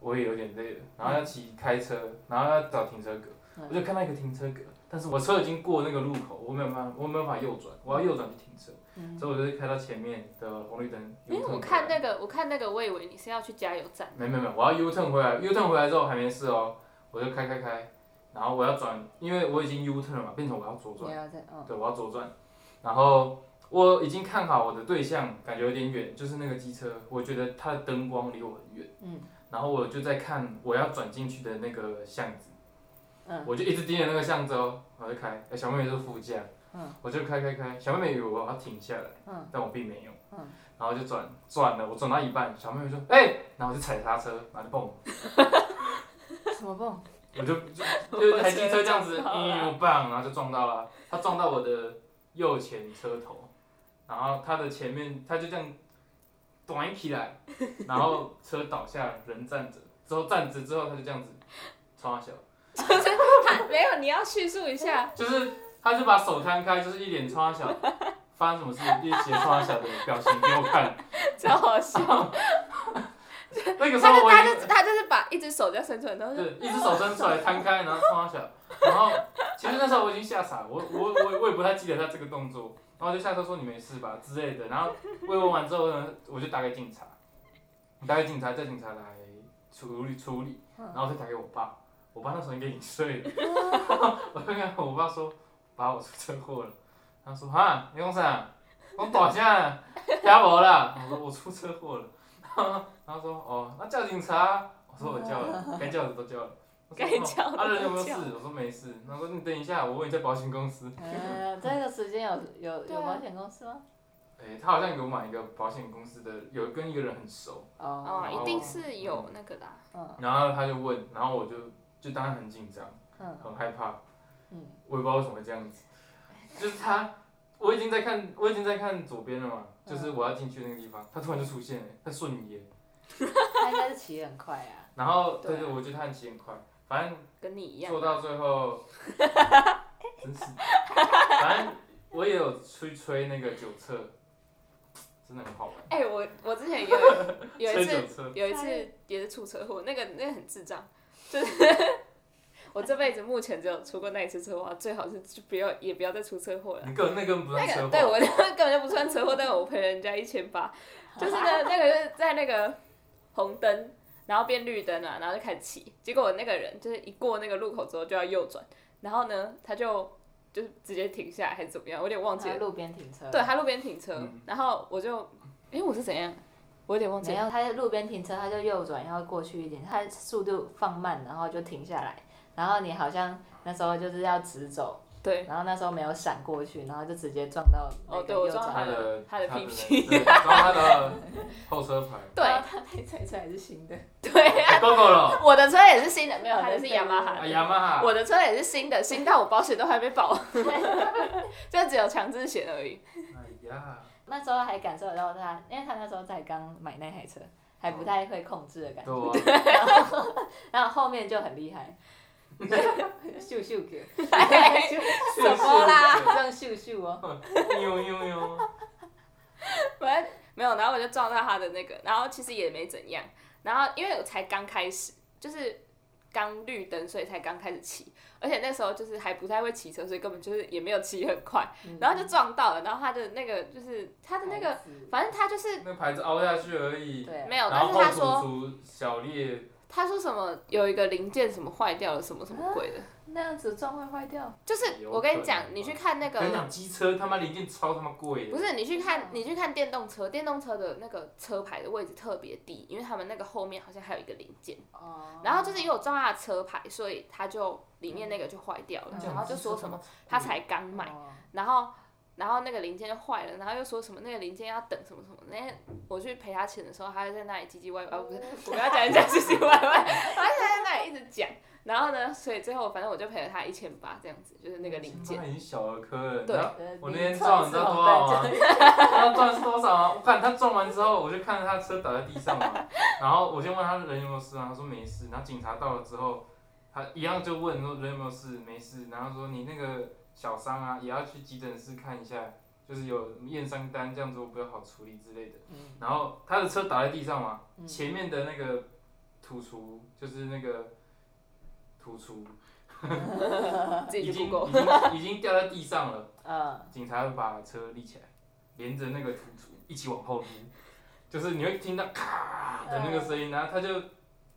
[SPEAKER 1] 我也有点累了，然后要骑开车，然后要找停车格，
[SPEAKER 3] 嗯
[SPEAKER 1] 我就看到一个停车格，但是我车已经过那个路口，我没有办法，我没有办法右转，我要右转去停车，
[SPEAKER 3] 嗯
[SPEAKER 1] 所以我就开到前面的红绿灯。
[SPEAKER 2] 因为我看那个我看那个，我以为你是要去加油站。
[SPEAKER 1] 没没没，我要 U turn 回来，U turn 回来之后还没事哦，我就开开开，然后我要转，因为我已经 U turn 了嘛，变成我要左
[SPEAKER 3] 你
[SPEAKER 1] 转，
[SPEAKER 3] 要在嗯
[SPEAKER 2] 哦
[SPEAKER 1] 对，我要左转，然后我已经看好我的对象，感觉有点远，就是那个机车，我觉得它的灯光离我很远，
[SPEAKER 3] 嗯
[SPEAKER 1] 然后我就在看我要转进去的那个巷子，
[SPEAKER 3] 嗯
[SPEAKER 1] 我就一直盯着那个巷子哦，我就开，小妹妹坐副驾，
[SPEAKER 3] 嗯
[SPEAKER 1] 我就开开开，小妹妹以为我要停下来，
[SPEAKER 3] 嗯
[SPEAKER 1] 但我并没有，
[SPEAKER 3] 嗯
[SPEAKER 1] 然后就转转了，我转到一半，小妹妹说，哎、然后我就踩刹车，然后就蹦。
[SPEAKER 3] 嗯什么蹦？
[SPEAKER 1] 我就就 就是台机车这样子，
[SPEAKER 2] 嗯我觉得啊撞到了
[SPEAKER 1] 嗯，棒，然后就撞到了，他撞到我的右前车头，然后他的前面他就这样短起 来，然后车倒下，人站着，之后站直之后他就这样子冲他笑，
[SPEAKER 2] 就是他 没有，你要叙述一下，
[SPEAKER 1] 就是他就把手摊开，就是一脸冲他 笑，发生什么事，一直冲他笑的表情给我 看，
[SPEAKER 2] 超好笑。
[SPEAKER 1] 那个时
[SPEAKER 2] 他
[SPEAKER 1] 候
[SPEAKER 2] 就
[SPEAKER 1] 我
[SPEAKER 2] 他
[SPEAKER 1] 已经
[SPEAKER 2] 就他就是把一只手这样伸出来，然后就
[SPEAKER 1] 对，一只手伸出来摊开，然后冲他小，然后其实那时候我已经吓傻了，我我我我也不太记得他这个动作，然后我就下车说你没事吧之类的，然后慰问完之后呢，我就打给警察，打给警察叫警察来处理处理，
[SPEAKER 2] 嗯
[SPEAKER 1] 然后再打给我爸，我爸那时候应该已经睡 了， 我就跟我爸说，爸我出车祸了，他说哈你讲啥？我倒下，听无啦。我说我出车祸了，然后他说哦，那叫警察啊。我说我叫了，该叫的都叫了。我说
[SPEAKER 2] 该叫
[SPEAKER 1] 哦
[SPEAKER 2] 的
[SPEAKER 1] 啊人有没有
[SPEAKER 2] 都
[SPEAKER 1] 事
[SPEAKER 2] 叫？
[SPEAKER 1] 我说没事。他说你等一下，我问一下保险公 司。
[SPEAKER 3] 嗯，这个时间有有
[SPEAKER 2] 对
[SPEAKER 3] 有
[SPEAKER 2] 啊
[SPEAKER 3] 保险公司吗？
[SPEAKER 1] 哎，他好像有买一个保险公司的，有跟一个人很熟，
[SPEAKER 2] 哦，
[SPEAKER 1] 然后
[SPEAKER 2] 一定是有那个啊啦。
[SPEAKER 3] 嗯
[SPEAKER 1] 然后他就问，然后我就就当然很紧张，
[SPEAKER 3] 嗯
[SPEAKER 1] 很害怕，
[SPEAKER 3] 嗯
[SPEAKER 1] 我也不知道为什么会这样子，就是他，我已经在看，我已经在看左边了嘛，
[SPEAKER 2] 嗯
[SPEAKER 1] 就是我要进去那个地方，他突然就出现了，他瞬移了，
[SPEAKER 3] 他应该是骑得很快啊。
[SPEAKER 1] 然后对
[SPEAKER 2] 对啊
[SPEAKER 1] 对，我觉得他很骑很快，反正
[SPEAKER 2] 跟你一样啊
[SPEAKER 1] 做，到最后，真是，反正我也有去吹那个酒测，真的很好玩。
[SPEAKER 2] 哎、我我之前有一有一
[SPEAKER 1] 吹
[SPEAKER 2] 次
[SPEAKER 1] 酒测，
[SPEAKER 2] 有一
[SPEAKER 3] 哎
[SPEAKER 2] 次也是出车祸，那个那个很智障，就是 我这辈子目前只有出过那一次车祸，最好是就不要也不要再出车祸了。
[SPEAKER 1] 你根本那根本不算
[SPEAKER 2] 那
[SPEAKER 1] 车
[SPEAKER 2] 个
[SPEAKER 1] 祸。
[SPEAKER 2] 对我 根本就不算车祸，但我赔人家一千八，就是呢，那个就是在那个红灯，然后变绿灯了、然后就开始骑，结果我那个人就是一过那个路口之后就要右转，然后呢他就就是直接停下来还是怎么样，我有点 忘记
[SPEAKER 3] 在
[SPEAKER 2] 了，
[SPEAKER 3] 路边停车。
[SPEAKER 2] 对，他啊路边停车，
[SPEAKER 1] 嗯
[SPEAKER 2] 然后我就，哎、我是怎样，我有点忘记
[SPEAKER 3] 没
[SPEAKER 2] 了，
[SPEAKER 3] 有，他在路边停车，他就右转，然后过去一点，他速度放慢，然后就停下来，然后你好像那时候就是要直走，
[SPEAKER 2] 对，
[SPEAKER 3] 然后那时候没有闪过去，然后就直接撞到那
[SPEAKER 2] 哦
[SPEAKER 3] 个
[SPEAKER 2] 对我
[SPEAKER 3] 右
[SPEAKER 2] 撞
[SPEAKER 3] 转
[SPEAKER 1] 他
[SPEAKER 2] 他
[SPEAKER 3] 的。
[SPEAKER 1] 的
[SPEAKER 2] 的他的
[SPEAKER 1] 人
[SPEAKER 2] 屁屁
[SPEAKER 1] 对然后他的后车 牌。哎
[SPEAKER 2] 对
[SPEAKER 3] 然 后他那台车还是新的，
[SPEAKER 2] 对，
[SPEAKER 1] GoGo 了，
[SPEAKER 2] 我的车也是新的，没有，
[SPEAKER 3] 他
[SPEAKER 2] 那
[SPEAKER 3] 的
[SPEAKER 2] 是
[SPEAKER 3] 废
[SPEAKER 2] 雅马
[SPEAKER 3] 物
[SPEAKER 2] 哈
[SPEAKER 1] 啊
[SPEAKER 2] 的。
[SPEAKER 1] 雅马哈，
[SPEAKER 2] 我的车也是新的，新到我保险都还没保， 就只有强制险而已。
[SPEAKER 1] 哎呀，
[SPEAKER 3] 那时候还感受得到他，因为他那时候才刚买那台车，还
[SPEAKER 2] 哦
[SPEAKER 3] 不太会控制的感觉。
[SPEAKER 1] 对啊，
[SPEAKER 3] 然后后面就很厉 害，咻咻哥，
[SPEAKER 1] 什
[SPEAKER 2] 么啦
[SPEAKER 3] 这样咻咻哦，
[SPEAKER 1] 呦呦呦，
[SPEAKER 2] 反正没有，然后我就撞到他的那个，然后其实也没怎样。然后因为我才刚开始，就是刚绿灯，所以才刚开始骑，而且那时候就是还不太会骑车，所以根本就是也没有骑很快，
[SPEAKER 3] 嗯
[SPEAKER 2] 然后就撞到了。然后他的那个就是他的那个，反正他就是
[SPEAKER 1] 那牌子凹下去而已。
[SPEAKER 3] 对，啊
[SPEAKER 2] 没有，
[SPEAKER 1] 然
[SPEAKER 2] 但
[SPEAKER 1] 后
[SPEAKER 2] 是
[SPEAKER 1] 后
[SPEAKER 2] 他说
[SPEAKER 1] 主足小裂，
[SPEAKER 2] 他说什么有一个零件什么坏掉了，什么什么鬼的，
[SPEAKER 3] 那样子撞会坏掉。
[SPEAKER 2] 就是
[SPEAKER 1] 有
[SPEAKER 2] 我跟
[SPEAKER 1] 可能吧
[SPEAKER 2] 你讲，你去看那
[SPEAKER 1] 跟你
[SPEAKER 2] 个
[SPEAKER 1] 讲机车他妈零件超他妈贵
[SPEAKER 2] 不
[SPEAKER 1] 的，
[SPEAKER 2] 是你去
[SPEAKER 3] 哦
[SPEAKER 2] 看你去看电动车，电动车的那个车牌的位置特别低，因为他们那个后面好像还有一个零件，
[SPEAKER 3] 哦
[SPEAKER 2] 然后就是因为我撞他的车牌，所以他就里面那个就坏掉了
[SPEAKER 3] 嗯，
[SPEAKER 2] 然后就说什么他
[SPEAKER 1] 他
[SPEAKER 2] 才刚买，
[SPEAKER 3] 哦
[SPEAKER 2] 然后然后那个零件就坏了，然后又说什么那个零件要等什么什么，那天我去赔他钱的时候，他就在那里唧唧歪歪，不是我跟他讲一讲唧唧歪歪，他就在那里一直讲，然后呢，所以最后反正我就赔了他一千八这样子，就是那个零件
[SPEAKER 1] 他。已经小儿科了。
[SPEAKER 2] 对
[SPEAKER 1] 然后
[SPEAKER 3] 呃
[SPEAKER 1] 我那天
[SPEAKER 3] 你
[SPEAKER 1] 撞，你知道多少吗？他撞是多少啊？我看他撞完之后，我就看他车倒在地上嘛，然后我先问他人有没有事啊，他说没事。然后警察到了之后，他一样就问说人有没有事，没事。然后说你那个小伤啊，也要去急诊室看一下，就是有验伤单，这样子我比较好处理之类的。
[SPEAKER 3] 嗯
[SPEAKER 1] 然后他的车倒在地上嘛，
[SPEAKER 3] 嗯
[SPEAKER 1] 前面的那个土厨就是那个土厨
[SPEAKER 2] 自己
[SPEAKER 1] 已
[SPEAKER 2] 去
[SPEAKER 1] 经
[SPEAKER 2] Google。
[SPEAKER 1] 已经已经掉在地上了。
[SPEAKER 3] 嗯，
[SPEAKER 1] 警察会把车立起来，连着那个土竹一起往后撸，就是你会听到咔的那个声音，然后他就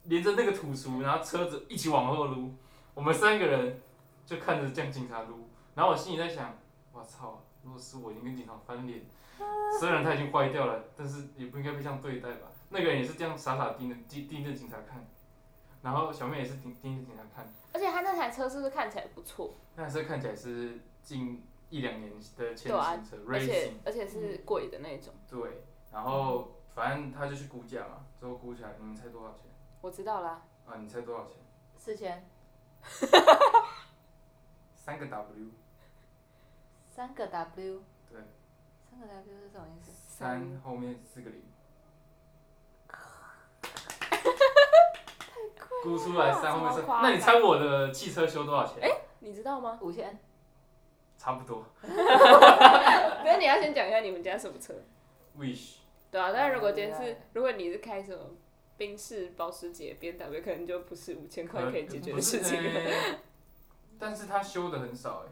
[SPEAKER 1] 连着那个土竹，然后车子一起往后撸。我们三个人就看着这样警察撸，然后我心里在想，我操，如果是我，已经跟警察翻脸。虽然他已经坏掉了，但是也不应该被这样对待吧？那个人也是这样傻傻盯着盯盯着警察看，然后小妹也是盯盯着警察看。
[SPEAKER 2] 而且他那台车是不是看起来不错？
[SPEAKER 1] 那台车看起来是近一两年的前
[SPEAKER 2] 对啊
[SPEAKER 1] 行车
[SPEAKER 2] 而
[SPEAKER 1] ，racing
[SPEAKER 2] 且。而且是贵的那种。
[SPEAKER 1] 对，然后反正他就去估价嘛，最后估价，你们猜多少钱？
[SPEAKER 2] 我知道啦，
[SPEAKER 1] 啊，你猜多少钱？
[SPEAKER 3] 四千
[SPEAKER 1] 三个 W，
[SPEAKER 3] 三个 W，
[SPEAKER 1] 对，
[SPEAKER 3] 三个 W 是什么意思？
[SPEAKER 1] 三后面四个零，估出来三后面
[SPEAKER 2] 超
[SPEAKER 1] 是，
[SPEAKER 2] 夸张
[SPEAKER 1] 那你猜我的汽车修多少钱？
[SPEAKER 2] 你知道 吗？
[SPEAKER 3] 五千，
[SPEAKER 1] 差不多
[SPEAKER 2] 可是你要先讲一下你们家什么车。
[SPEAKER 1] ，Wish，
[SPEAKER 2] 对啊，但如果今天
[SPEAKER 3] 对
[SPEAKER 2] 是
[SPEAKER 3] 啊，
[SPEAKER 2] 如果你是开什么宾士、保时捷、B W，可能就不是五千块可以解决
[SPEAKER 1] 不
[SPEAKER 2] 的
[SPEAKER 1] 是
[SPEAKER 2] 事情 了。
[SPEAKER 1] 呃但是他修的很少哎、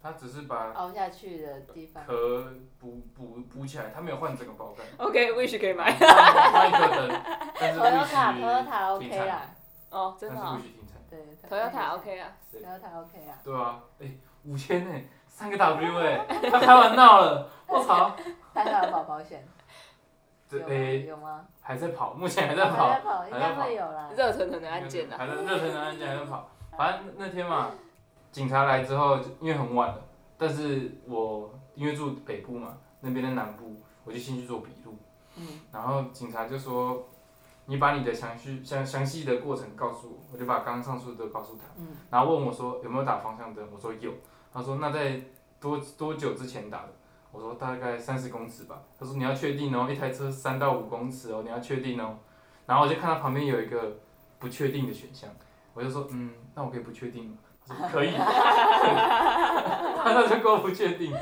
[SPEAKER 1] 他只是把
[SPEAKER 3] 凹下去的地方。
[SPEAKER 1] 壳补补补起来，他没有换整个包盖，
[SPEAKER 2] OK，wish 可以买
[SPEAKER 1] 换一个灯，但是
[SPEAKER 3] Toyota
[SPEAKER 1] Wish，停
[SPEAKER 3] Toyota OK
[SPEAKER 1] 产
[SPEAKER 3] 啦，
[SPEAKER 2] 哦，
[SPEAKER 1] 但
[SPEAKER 2] 真
[SPEAKER 1] 是
[SPEAKER 2] 的啊
[SPEAKER 1] Wish 停产。
[SPEAKER 3] 对
[SPEAKER 2] ，Toyota OK 啊，
[SPEAKER 1] 对
[SPEAKER 3] Toyota OK 啦，
[SPEAKER 1] 对啊，哎、五千呢，三个 W 哎、他开玩闹了，我操！
[SPEAKER 3] 他还有保保险，
[SPEAKER 1] 对，
[SPEAKER 3] 有
[SPEAKER 1] 哎、
[SPEAKER 3] 吗？有吗？
[SPEAKER 1] 还在跑，目前还在
[SPEAKER 3] 还
[SPEAKER 1] 跑，
[SPEAKER 3] 在跑，应该会有啦。
[SPEAKER 2] 热腾腾的案件啊。
[SPEAKER 1] 还在热腾腾案件还在跑。反正那天嘛，警察来之后，就因为很晚了，但是我因为住北部嘛，那边的南部，我就先去做笔录。
[SPEAKER 3] 嗯。
[SPEAKER 1] 然后警察就说：“你把你的详细详详细的过程告诉我。”我就把刚刚上述的都告诉他。
[SPEAKER 3] 嗯。
[SPEAKER 1] 然后问我说有没有打方向灯，我说有。他说那在多多久之前打的？我说大概三十公尺吧。他说你要确定哦，一台车三到五公尺哦，你要确定哦。然后我就看到旁边有一个不确定的选项，我就说嗯， 那我可以不确定吗？他说可以。他那就给我不确定。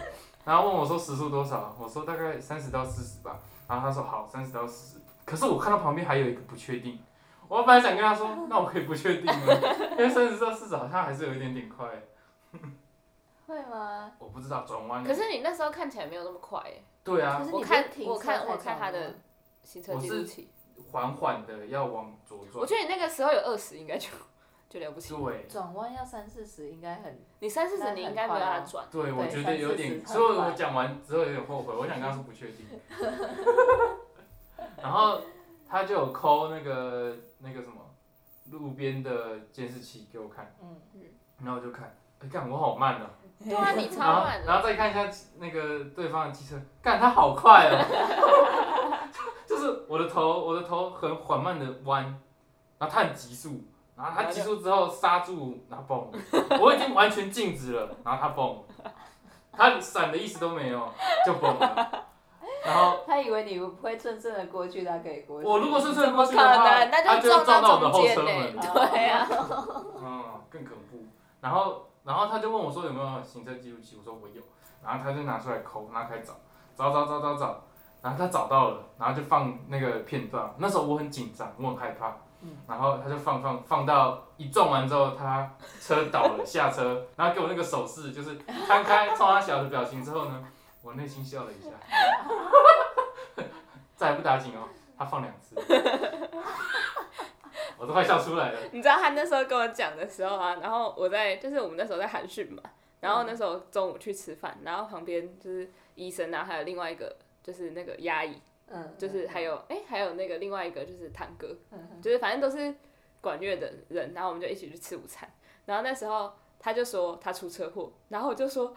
[SPEAKER 1] 然后问我说时速多少，我说大概三十到四十吧，然后他说好，三十到四十。可是我看到旁边还有一个不确定，我本来想跟他说，
[SPEAKER 3] 哦
[SPEAKER 1] 那我可以不确定 吗？因为三十到四十好像还是有一点点快，
[SPEAKER 3] 会吗？
[SPEAKER 1] 我不知道转弯。
[SPEAKER 2] 可是你那时候看起来没有那么快欸耶，
[SPEAKER 1] 对啊，
[SPEAKER 3] 可是你
[SPEAKER 2] 我
[SPEAKER 3] 不是
[SPEAKER 2] 看
[SPEAKER 3] 停
[SPEAKER 2] 我
[SPEAKER 3] 车
[SPEAKER 2] 看
[SPEAKER 3] 才
[SPEAKER 2] 我看
[SPEAKER 3] 转
[SPEAKER 2] 他
[SPEAKER 3] 吗
[SPEAKER 2] 的行车
[SPEAKER 1] 我
[SPEAKER 2] 记
[SPEAKER 1] 是
[SPEAKER 2] 录器，
[SPEAKER 1] 缓缓的要往左转。
[SPEAKER 2] 我觉得你那个时候有二十应该就 就了不起，
[SPEAKER 1] 对
[SPEAKER 3] 转弯要三四十，应该很
[SPEAKER 2] 你三四
[SPEAKER 3] 那
[SPEAKER 2] 十你
[SPEAKER 3] 很
[SPEAKER 2] 应该没
[SPEAKER 3] 快
[SPEAKER 2] 有让
[SPEAKER 3] 啊
[SPEAKER 2] 他转，
[SPEAKER 1] 对，我
[SPEAKER 3] 对
[SPEAKER 1] 觉得
[SPEAKER 3] 三
[SPEAKER 1] 有
[SPEAKER 3] 四
[SPEAKER 1] 点，
[SPEAKER 3] 十
[SPEAKER 1] 所以
[SPEAKER 3] 很
[SPEAKER 1] 我
[SPEAKER 3] 快
[SPEAKER 1] 讲完之后有点后悔，我想跟他说不确 定。然后他就有抠那个那个什么路边的监视器给我看，
[SPEAKER 3] 嗯，
[SPEAKER 1] 然后我就看，哎、干我好慢哦、
[SPEAKER 2] 对啊，你
[SPEAKER 1] 然
[SPEAKER 2] 超
[SPEAKER 1] 后
[SPEAKER 2] 慢的，
[SPEAKER 1] 然后再看一下那个对方的机车，干他好快哦、 就是我的头，我的头很缓慢的弯，然后他很急速，然后他急速之后刹住，然后蹦了，我已经完全静止了，然后他蹦了，他闪的意思都没有，就蹦了，然后。
[SPEAKER 3] 他以为你不会顺顺的过去，他可以过去。
[SPEAKER 1] 我如果是顺过去的
[SPEAKER 2] 可
[SPEAKER 1] 话，
[SPEAKER 2] 能那
[SPEAKER 1] 他
[SPEAKER 2] 就
[SPEAKER 1] 就会
[SPEAKER 2] 撞
[SPEAKER 1] 撞
[SPEAKER 2] 到
[SPEAKER 1] 我的
[SPEAKER 2] 中
[SPEAKER 1] 后
[SPEAKER 2] 间
[SPEAKER 1] 车
[SPEAKER 2] 呢、
[SPEAKER 1] 门，
[SPEAKER 3] 哦
[SPEAKER 2] 对啊，
[SPEAKER 1] 嗯，更恐怖。然后，然后他就问我说有没有行车记录器，我说我有，然后他就拿出来抠，拿开找，找找找找找，然后他找到了，然后就放那个片段。那时候我很紧张，我很害怕，然后他就放放放到一撞完之后，他车倒了，下车，然后给我那个手势，就是摊开冲他小的表情之后呢，我内心笑了一下，这还不打紧哦，他放两次，我都快笑出来了。
[SPEAKER 2] 你知道他那时候跟我讲的时候啊，然后我在就是我们那时候在寒训嘛，然后那时候中午去吃饭，然后旁边就是医生啊，还有另外一个就是那个压抑，
[SPEAKER 3] 嗯，
[SPEAKER 2] 就是还有哎、还有那个另外一个就是堂哥，
[SPEAKER 3] 嗯嗯
[SPEAKER 2] 就是反正都是管乐的人，然后我们就一起去吃午餐，然后那时候他就说他出车祸，然后我就说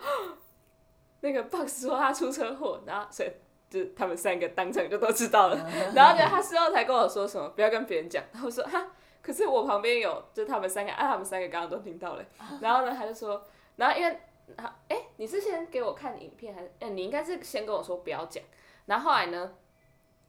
[SPEAKER 2] 那个 box 说他出车祸，然后所以就他们三个当场就都知道了，
[SPEAKER 3] 嗯
[SPEAKER 2] 然后就他事后才跟我说什么不要跟别人讲，然后我说哈，可是我旁边有就是他们三个啊，他们三个刚刚都听到了，然后呢他就说，然后因为好哎、你是先给我看影片还是哎、你应该是先跟我说不要讲，然后后来呢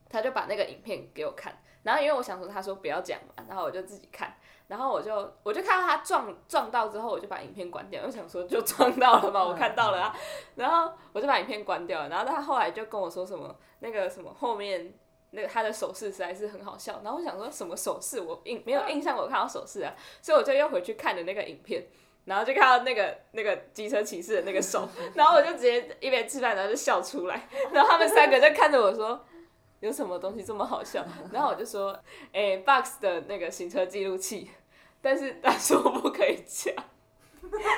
[SPEAKER 2] 他就把那个影片给我看。然后因为我想说，他说不要讲嘛，然后我就自己看，然后我就我就看到他撞撞到之后，我就把影片关掉，我想说就撞到了嘛，我看到了啊，然后我就把影片关掉了，然后他后来就跟我说什么那个什么后面那个他的手势实在是很好笑，然后我想说什么手势，我印没有印象我看到手势啊，所以我就又回去看了那个影片。然后就看到那个那个机车骑士的那个手， 然后我就直接一边吃饭，然后就笑出来。 然后他们三个就看着我说：“有什么东西这么好笑？” 然后我就说：“哎、b o x 的那个行车记录器， 但是他说不可以讲，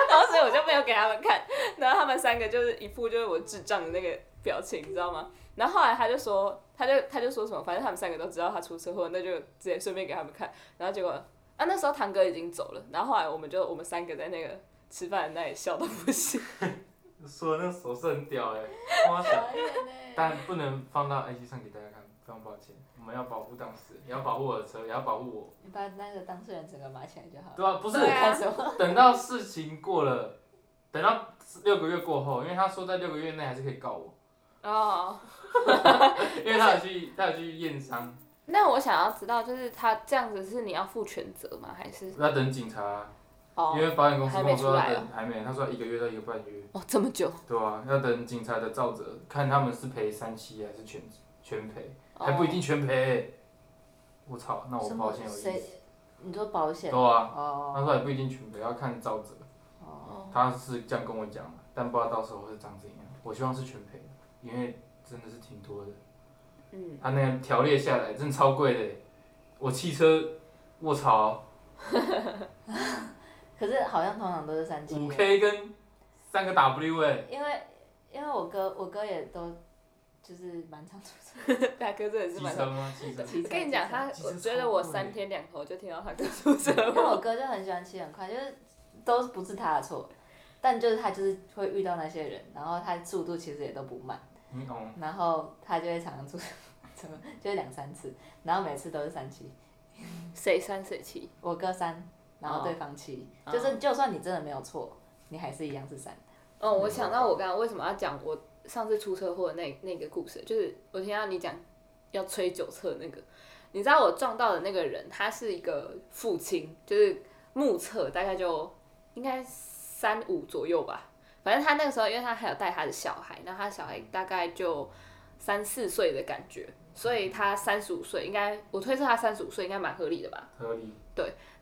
[SPEAKER 2] 然后所以我就没有给他们看，然后他们三个就是一副就是我智障的那个表情，你知道吗？然后后来他就说，他就他就说什么，反正他们三个都知道他出车祸，那就直接顺便给他们看，然后结果啊那时候堂哥已经走了，然后后来我们就我们三个在那个吃饭的那里笑到不行，
[SPEAKER 1] 说那手势很屌哎、哇塞！
[SPEAKER 3] 傻眼欸
[SPEAKER 1] 但不能放到 IG 上给大家看，非常抱歉。我们要保护当事人，也要保护我的车，也要保护我。
[SPEAKER 3] 你把那个当事人整个码起来就好了。
[SPEAKER 1] 对啊，不是、
[SPEAKER 2] 对啊
[SPEAKER 3] 看什么？
[SPEAKER 1] 等到事情过了，等到六个月过后，因为他说在六个月内还是可以告 我，
[SPEAKER 2] 哦，
[SPEAKER 1] 因为他有去他有去验伤，
[SPEAKER 2] 那我想要知道就是他这样子是你要负全责吗？还是
[SPEAKER 1] 要等警察，
[SPEAKER 2] 哦
[SPEAKER 1] 因为保险公司
[SPEAKER 2] 还
[SPEAKER 1] 跟
[SPEAKER 2] 没
[SPEAKER 1] 我说要
[SPEAKER 2] 出来
[SPEAKER 1] 等，还没，他说一个月到一个半月，
[SPEAKER 2] 哦这么久？
[SPEAKER 1] 对啊，要等警察的照责，看他们是赔三七还是全全赔，还不一定全赔、我操，那我
[SPEAKER 3] 哦什
[SPEAKER 1] 保
[SPEAKER 3] 么
[SPEAKER 1] 险有意
[SPEAKER 3] 谁
[SPEAKER 1] 思。？
[SPEAKER 3] 你说保险？
[SPEAKER 1] 对啊，
[SPEAKER 3] 哦
[SPEAKER 1] 他说也不一定全赔，要看照责。
[SPEAKER 3] 哦，
[SPEAKER 1] 他是这样跟我讲的，但不知道到时候会长怎样。我希望是全赔的，因为真的是挺多的。
[SPEAKER 2] 嗯，
[SPEAKER 1] 他那个条列下来真的超贵的，我汽车卧槽
[SPEAKER 3] 可是好像通常都是三七
[SPEAKER 1] 五
[SPEAKER 3] 耶。
[SPEAKER 1] K 跟三个 W 哎，
[SPEAKER 3] 因为因为我哥我哥也都就是蛮常出车
[SPEAKER 2] 大哥真的是
[SPEAKER 1] 机
[SPEAKER 2] 蛮
[SPEAKER 1] 车吗？汽 车。
[SPEAKER 3] 骑车。
[SPEAKER 2] 我跟你讲，他
[SPEAKER 1] 其实
[SPEAKER 2] 我
[SPEAKER 1] 超
[SPEAKER 2] 觉得我
[SPEAKER 1] 贵
[SPEAKER 2] 三天两头就听到他哥出 车
[SPEAKER 3] 因为
[SPEAKER 2] 祸，
[SPEAKER 3] 我哥就很喜欢骑很快，就是都不是他的错，但就是他就是会遇到那些人，然后他速度其实也都不慢，
[SPEAKER 1] 嗯哦，
[SPEAKER 3] 然后他就会常常出车，就是两三次，然后每次都是三七，
[SPEAKER 2] 谁三谁七，
[SPEAKER 3] 我哥三，然
[SPEAKER 2] 哦
[SPEAKER 3] 后对方七，就是就算你真的没有错，你还是一样是三。
[SPEAKER 2] 哦，我想到我刚刚为什么要讲我上次出车祸的那那个故事，就是我听到你讲要吹酒测那个，你知道我撞到的那个人，他是一个父亲，就是目测大概就应该三五左右吧，反正他那个时候，因为他还有带他的小孩，然后他小孩大概就三四岁的感觉，所以他三十五岁应该，我推测他三十五岁应该蛮合理的吧。
[SPEAKER 1] 合理。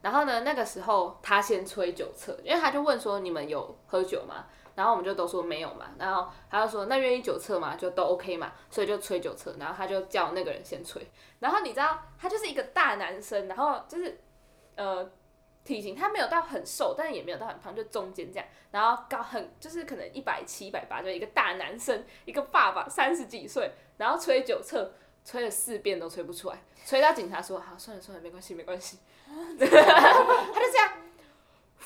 [SPEAKER 2] 然后呢，那个时候他先吹酒测，因为他就问说你们有喝酒吗？然后我们就都说没有嘛。然后他就说那愿意酒测吗？就都 OK 嘛，所以就吹酒测。然后他就叫那个人先吹。然后你知道他就是一个大男生，然后就是呃体型他没有到很瘦，但是也没有到很胖，就中间这样。然后高很就是可能一百七、一百八，就一个大男生，一个爸爸三十几岁，然后吹酒测。吹了四遍都吹不出来，吹到警察说：“好，算了算了，没关系，没关系。” 他就这样，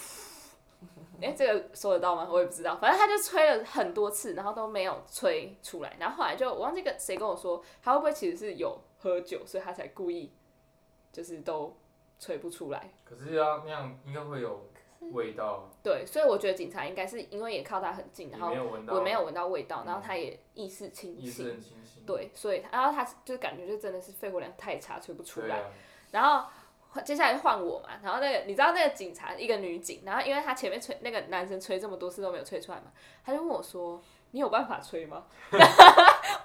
[SPEAKER 2] 哎、这个说得到吗？我也不知道，反正他就吹了很多次，然后都没有吹出来。然后后来就我忘记跟谁跟我说，他会不会其实是有喝酒，所以他才故意就是都吹不出来。
[SPEAKER 1] 可是要那样应该会有味道，
[SPEAKER 2] 对，所以我觉得警察应该是因为也靠他很近，
[SPEAKER 1] 你
[SPEAKER 2] 然后
[SPEAKER 1] 没有闻到，
[SPEAKER 2] 嗯我没有闻到味道，
[SPEAKER 1] 嗯
[SPEAKER 2] 然后他也意识清
[SPEAKER 1] 意识
[SPEAKER 2] 醒，
[SPEAKER 1] 很清晰。
[SPEAKER 2] 对，所以他然后他就感觉就真的是肺活量太差，吹不出
[SPEAKER 1] 对
[SPEAKER 2] 来。
[SPEAKER 1] 啊，
[SPEAKER 2] 然后接下来就换我嘛，然后那个你知道那个警察一个女警，然后因为她前面吹那个男生吹这么多次都没有吹出来嘛，他就问我说：“你有办法吹吗？” 我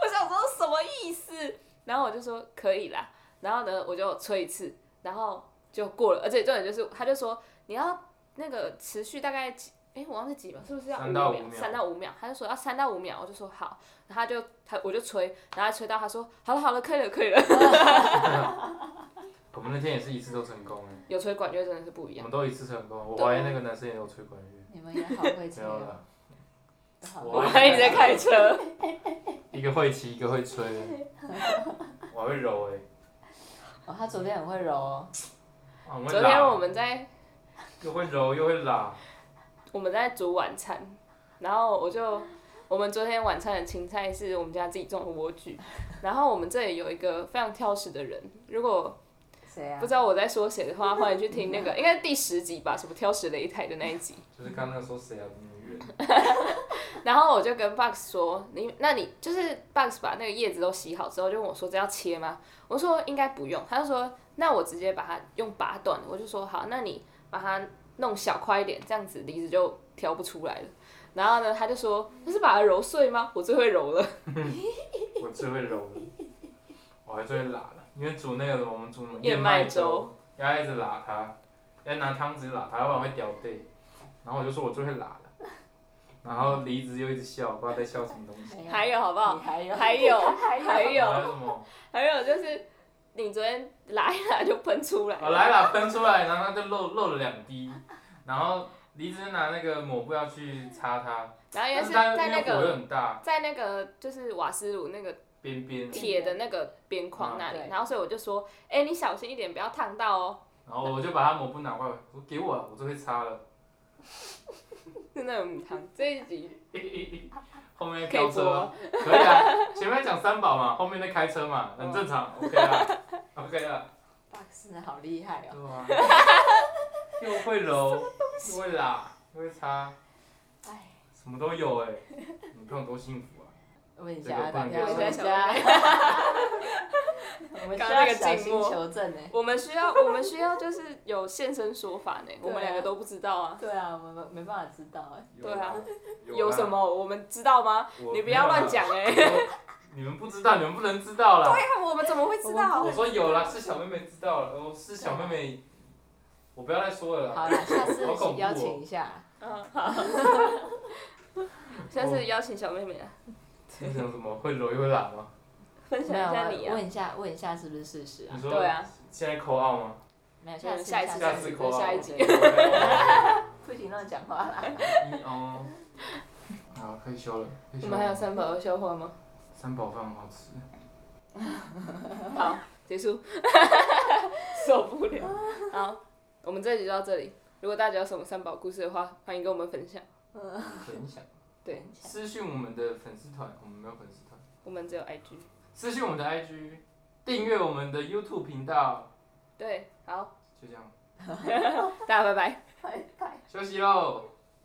[SPEAKER 2] 想说什么意思？然后我就说可以啦，然后呢我就吹一次，然后就过了，而且重点就是他就说你要那个持续大概几。哎，我忘记几秒，是不是要
[SPEAKER 1] 三到
[SPEAKER 2] 五
[SPEAKER 1] 五秒
[SPEAKER 2] 三到五秒，他就说要三到五秒，我就说好，然后他就他我就吹，然后他吹到他说好了好了，可以了可以了，
[SPEAKER 1] 我们那天也是一次都成功哎，
[SPEAKER 2] 有吹管乐真的是不一
[SPEAKER 1] 我
[SPEAKER 2] 样。
[SPEAKER 1] 们都一次成功。我
[SPEAKER 2] 对啊
[SPEAKER 1] 怀疑那个男生也有吹管乐，
[SPEAKER 3] 你们也好会
[SPEAKER 1] 没
[SPEAKER 3] 吹
[SPEAKER 1] 有
[SPEAKER 3] 哦，
[SPEAKER 1] 了，
[SPEAKER 3] 都好
[SPEAKER 2] 嗯我
[SPEAKER 1] 哇
[SPEAKER 3] 会
[SPEAKER 2] 还一直在开车。
[SPEAKER 1] 一个会骑，一个会 吹，我还会揉哎。
[SPEAKER 3] 哦，他昨天很会揉哦，
[SPEAKER 1] 啊我会
[SPEAKER 2] 昨天
[SPEAKER 1] 拉
[SPEAKER 2] 我们在
[SPEAKER 1] 又会揉又会拉，
[SPEAKER 2] 我们在煮晚餐，然后我就我们昨天晚餐的芹菜是我们家自己种的莴苣，然后我们这里有一个非常挑食的人，如果
[SPEAKER 3] 谁啊
[SPEAKER 2] 不？知道我在说谁的话，欢迎去听那个应该是第十集吧，什么挑食擂台的那一集。
[SPEAKER 1] 就是刚刚说谁啊女人，
[SPEAKER 2] 然后我就跟 Box 说，你那你就是 Box 把那个叶子都洗好之后，就问我说这要切吗？我说应该不用，他就说那我直接把它用拔断，我就说好，那你把它弄小块一点，这样子梨子就挑不出来了。然后呢，他就说那是把它揉碎吗？我最会揉了，
[SPEAKER 1] 我最会揉了，我还最会拉了，因为煮那个什么我们煮什么
[SPEAKER 2] 燕麦
[SPEAKER 1] 麦
[SPEAKER 2] 粥，
[SPEAKER 1] 要一直拉它，要拿汤匙拉它，要不然会掉队。然后我就说我最会拉了，然后梨子又一直笑，不知道在笑什么东西。
[SPEAKER 3] 没有
[SPEAKER 2] 还有好不好
[SPEAKER 3] 哎你？还有
[SPEAKER 2] 还有还
[SPEAKER 1] 还有
[SPEAKER 2] 有
[SPEAKER 1] 什么？
[SPEAKER 2] 还有就是你昨天拉一拉就喷出来
[SPEAKER 1] 我
[SPEAKER 2] 了，
[SPEAKER 1] 哦来了，分出来，然后它就漏漏了两滴，然后梨子就拿那个抹布要去擦它，
[SPEAKER 2] 然后因
[SPEAKER 1] 但
[SPEAKER 2] 为哎是
[SPEAKER 1] 是它
[SPEAKER 2] 在
[SPEAKER 1] 因为
[SPEAKER 2] 那
[SPEAKER 1] 火又
[SPEAKER 2] 个
[SPEAKER 1] 很大，
[SPEAKER 2] 在那个就是瓦斯炉那个
[SPEAKER 1] 边边，
[SPEAKER 2] 铁的那个边框那
[SPEAKER 3] 嗯
[SPEAKER 2] 里，
[SPEAKER 3] 对
[SPEAKER 2] 然后所以我就说，哎、你小心一点，不要烫到 哦。
[SPEAKER 1] 然后我就把它抹布拿过来，我说给我啊，我就会擦了。
[SPEAKER 2] 真的很烫，这一集
[SPEAKER 1] 后面
[SPEAKER 2] 可以
[SPEAKER 1] 飙
[SPEAKER 2] 播
[SPEAKER 1] 车吗，可以啊，前面讲三宝嘛，后面在开车嘛，很正常，OK 啊，OK 啊。
[SPEAKER 3] ，Box 好厉害哦，
[SPEAKER 1] 对啊，又会揉，又会拉，又会擦，
[SPEAKER 3] 哎，
[SPEAKER 1] 什么都有哎、你朋友多幸福啊！
[SPEAKER 3] 问一
[SPEAKER 1] 这
[SPEAKER 3] 下，
[SPEAKER 1] 个不能
[SPEAKER 3] 等一下
[SPEAKER 1] 给
[SPEAKER 3] 问一下，我们需
[SPEAKER 2] 刚刚
[SPEAKER 3] 要
[SPEAKER 2] 那个
[SPEAKER 3] 小
[SPEAKER 2] 静
[SPEAKER 3] 心
[SPEAKER 2] 默
[SPEAKER 3] 求证呢。
[SPEAKER 2] 我们需 要，我们需要就是有现身说法呢，我们两个都不知道啊。
[SPEAKER 3] 对啊，我们没没办法知道 哎。
[SPEAKER 1] 有啦
[SPEAKER 2] 对啊，
[SPEAKER 1] 有
[SPEAKER 2] 有
[SPEAKER 1] 啦
[SPEAKER 2] 什？么我们知道吗？
[SPEAKER 1] 我
[SPEAKER 2] 你不要乱讲哎。
[SPEAKER 1] 没有啦。我 你们不知道，你们不能知道啦。
[SPEAKER 2] 那我们怎么会知
[SPEAKER 3] 我
[SPEAKER 2] 道
[SPEAKER 1] 我？说有啦，是小妹妹知道了，我是小妹妹，我不要再说了啦。
[SPEAKER 3] 好了，下 次
[SPEAKER 1] 好恐怖哦
[SPEAKER 3] 邀请一下。
[SPEAKER 2] 嗯，好。 下次邀请小妹妹来
[SPEAKER 1] 你想什么会揉又会拉 吗？
[SPEAKER 2] 分享一下
[SPEAKER 3] 啊
[SPEAKER 2] 你啊。
[SPEAKER 3] 问一下，问一下是不是事实啊
[SPEAKER 1] 你？说
[SPEAKER 2] 对啊，
[SPEAKER 1] 现在扣二吗？
[SPEAKER 3] 没有，下次
[SPEAKER 2] 下一次
[SPEAKER 1] 嗯下次扣二。
[SPEAKER 2] 下一集
[SPEAKER 1] 对对
[SPEAKER 3] 不行乱讲话啦。
[SPEAKER 1] 对一 哦，好，可以休了。可以
[SPEAKER 2] 我
[SPEAKER 1] 休
[SPEAKER 2] 们还有
[SPEAKER 1] 了
[SPEAKER 2] 三宝消化吗？
[SPEAKER 1] 三宝饭很好吃。
[SPEAKER 2] 好，结束，受不了。 好，我们这集就到这里。如果大家有什么三宝故事的话，欢迎跟我们分享。
[SPEAKER 1] 分享，
[SPEAKER 2] 对
[SPEAKER 1] 私讯我们的粉丝团，我们没有粉丝团，
[SPEAKER 2] 我们只有 IG。
[SPEAKER 1] 私讯我们的 IG，订阅我们的 YouTube 频道，
[SPEAKER 2] 对，好，
[SPEAKER 1] 就这样，
[SPEAKER 2] 大家拜拜。
[SPEAKER 3] 拜拜。
[SPEAKER 1] 休息喽。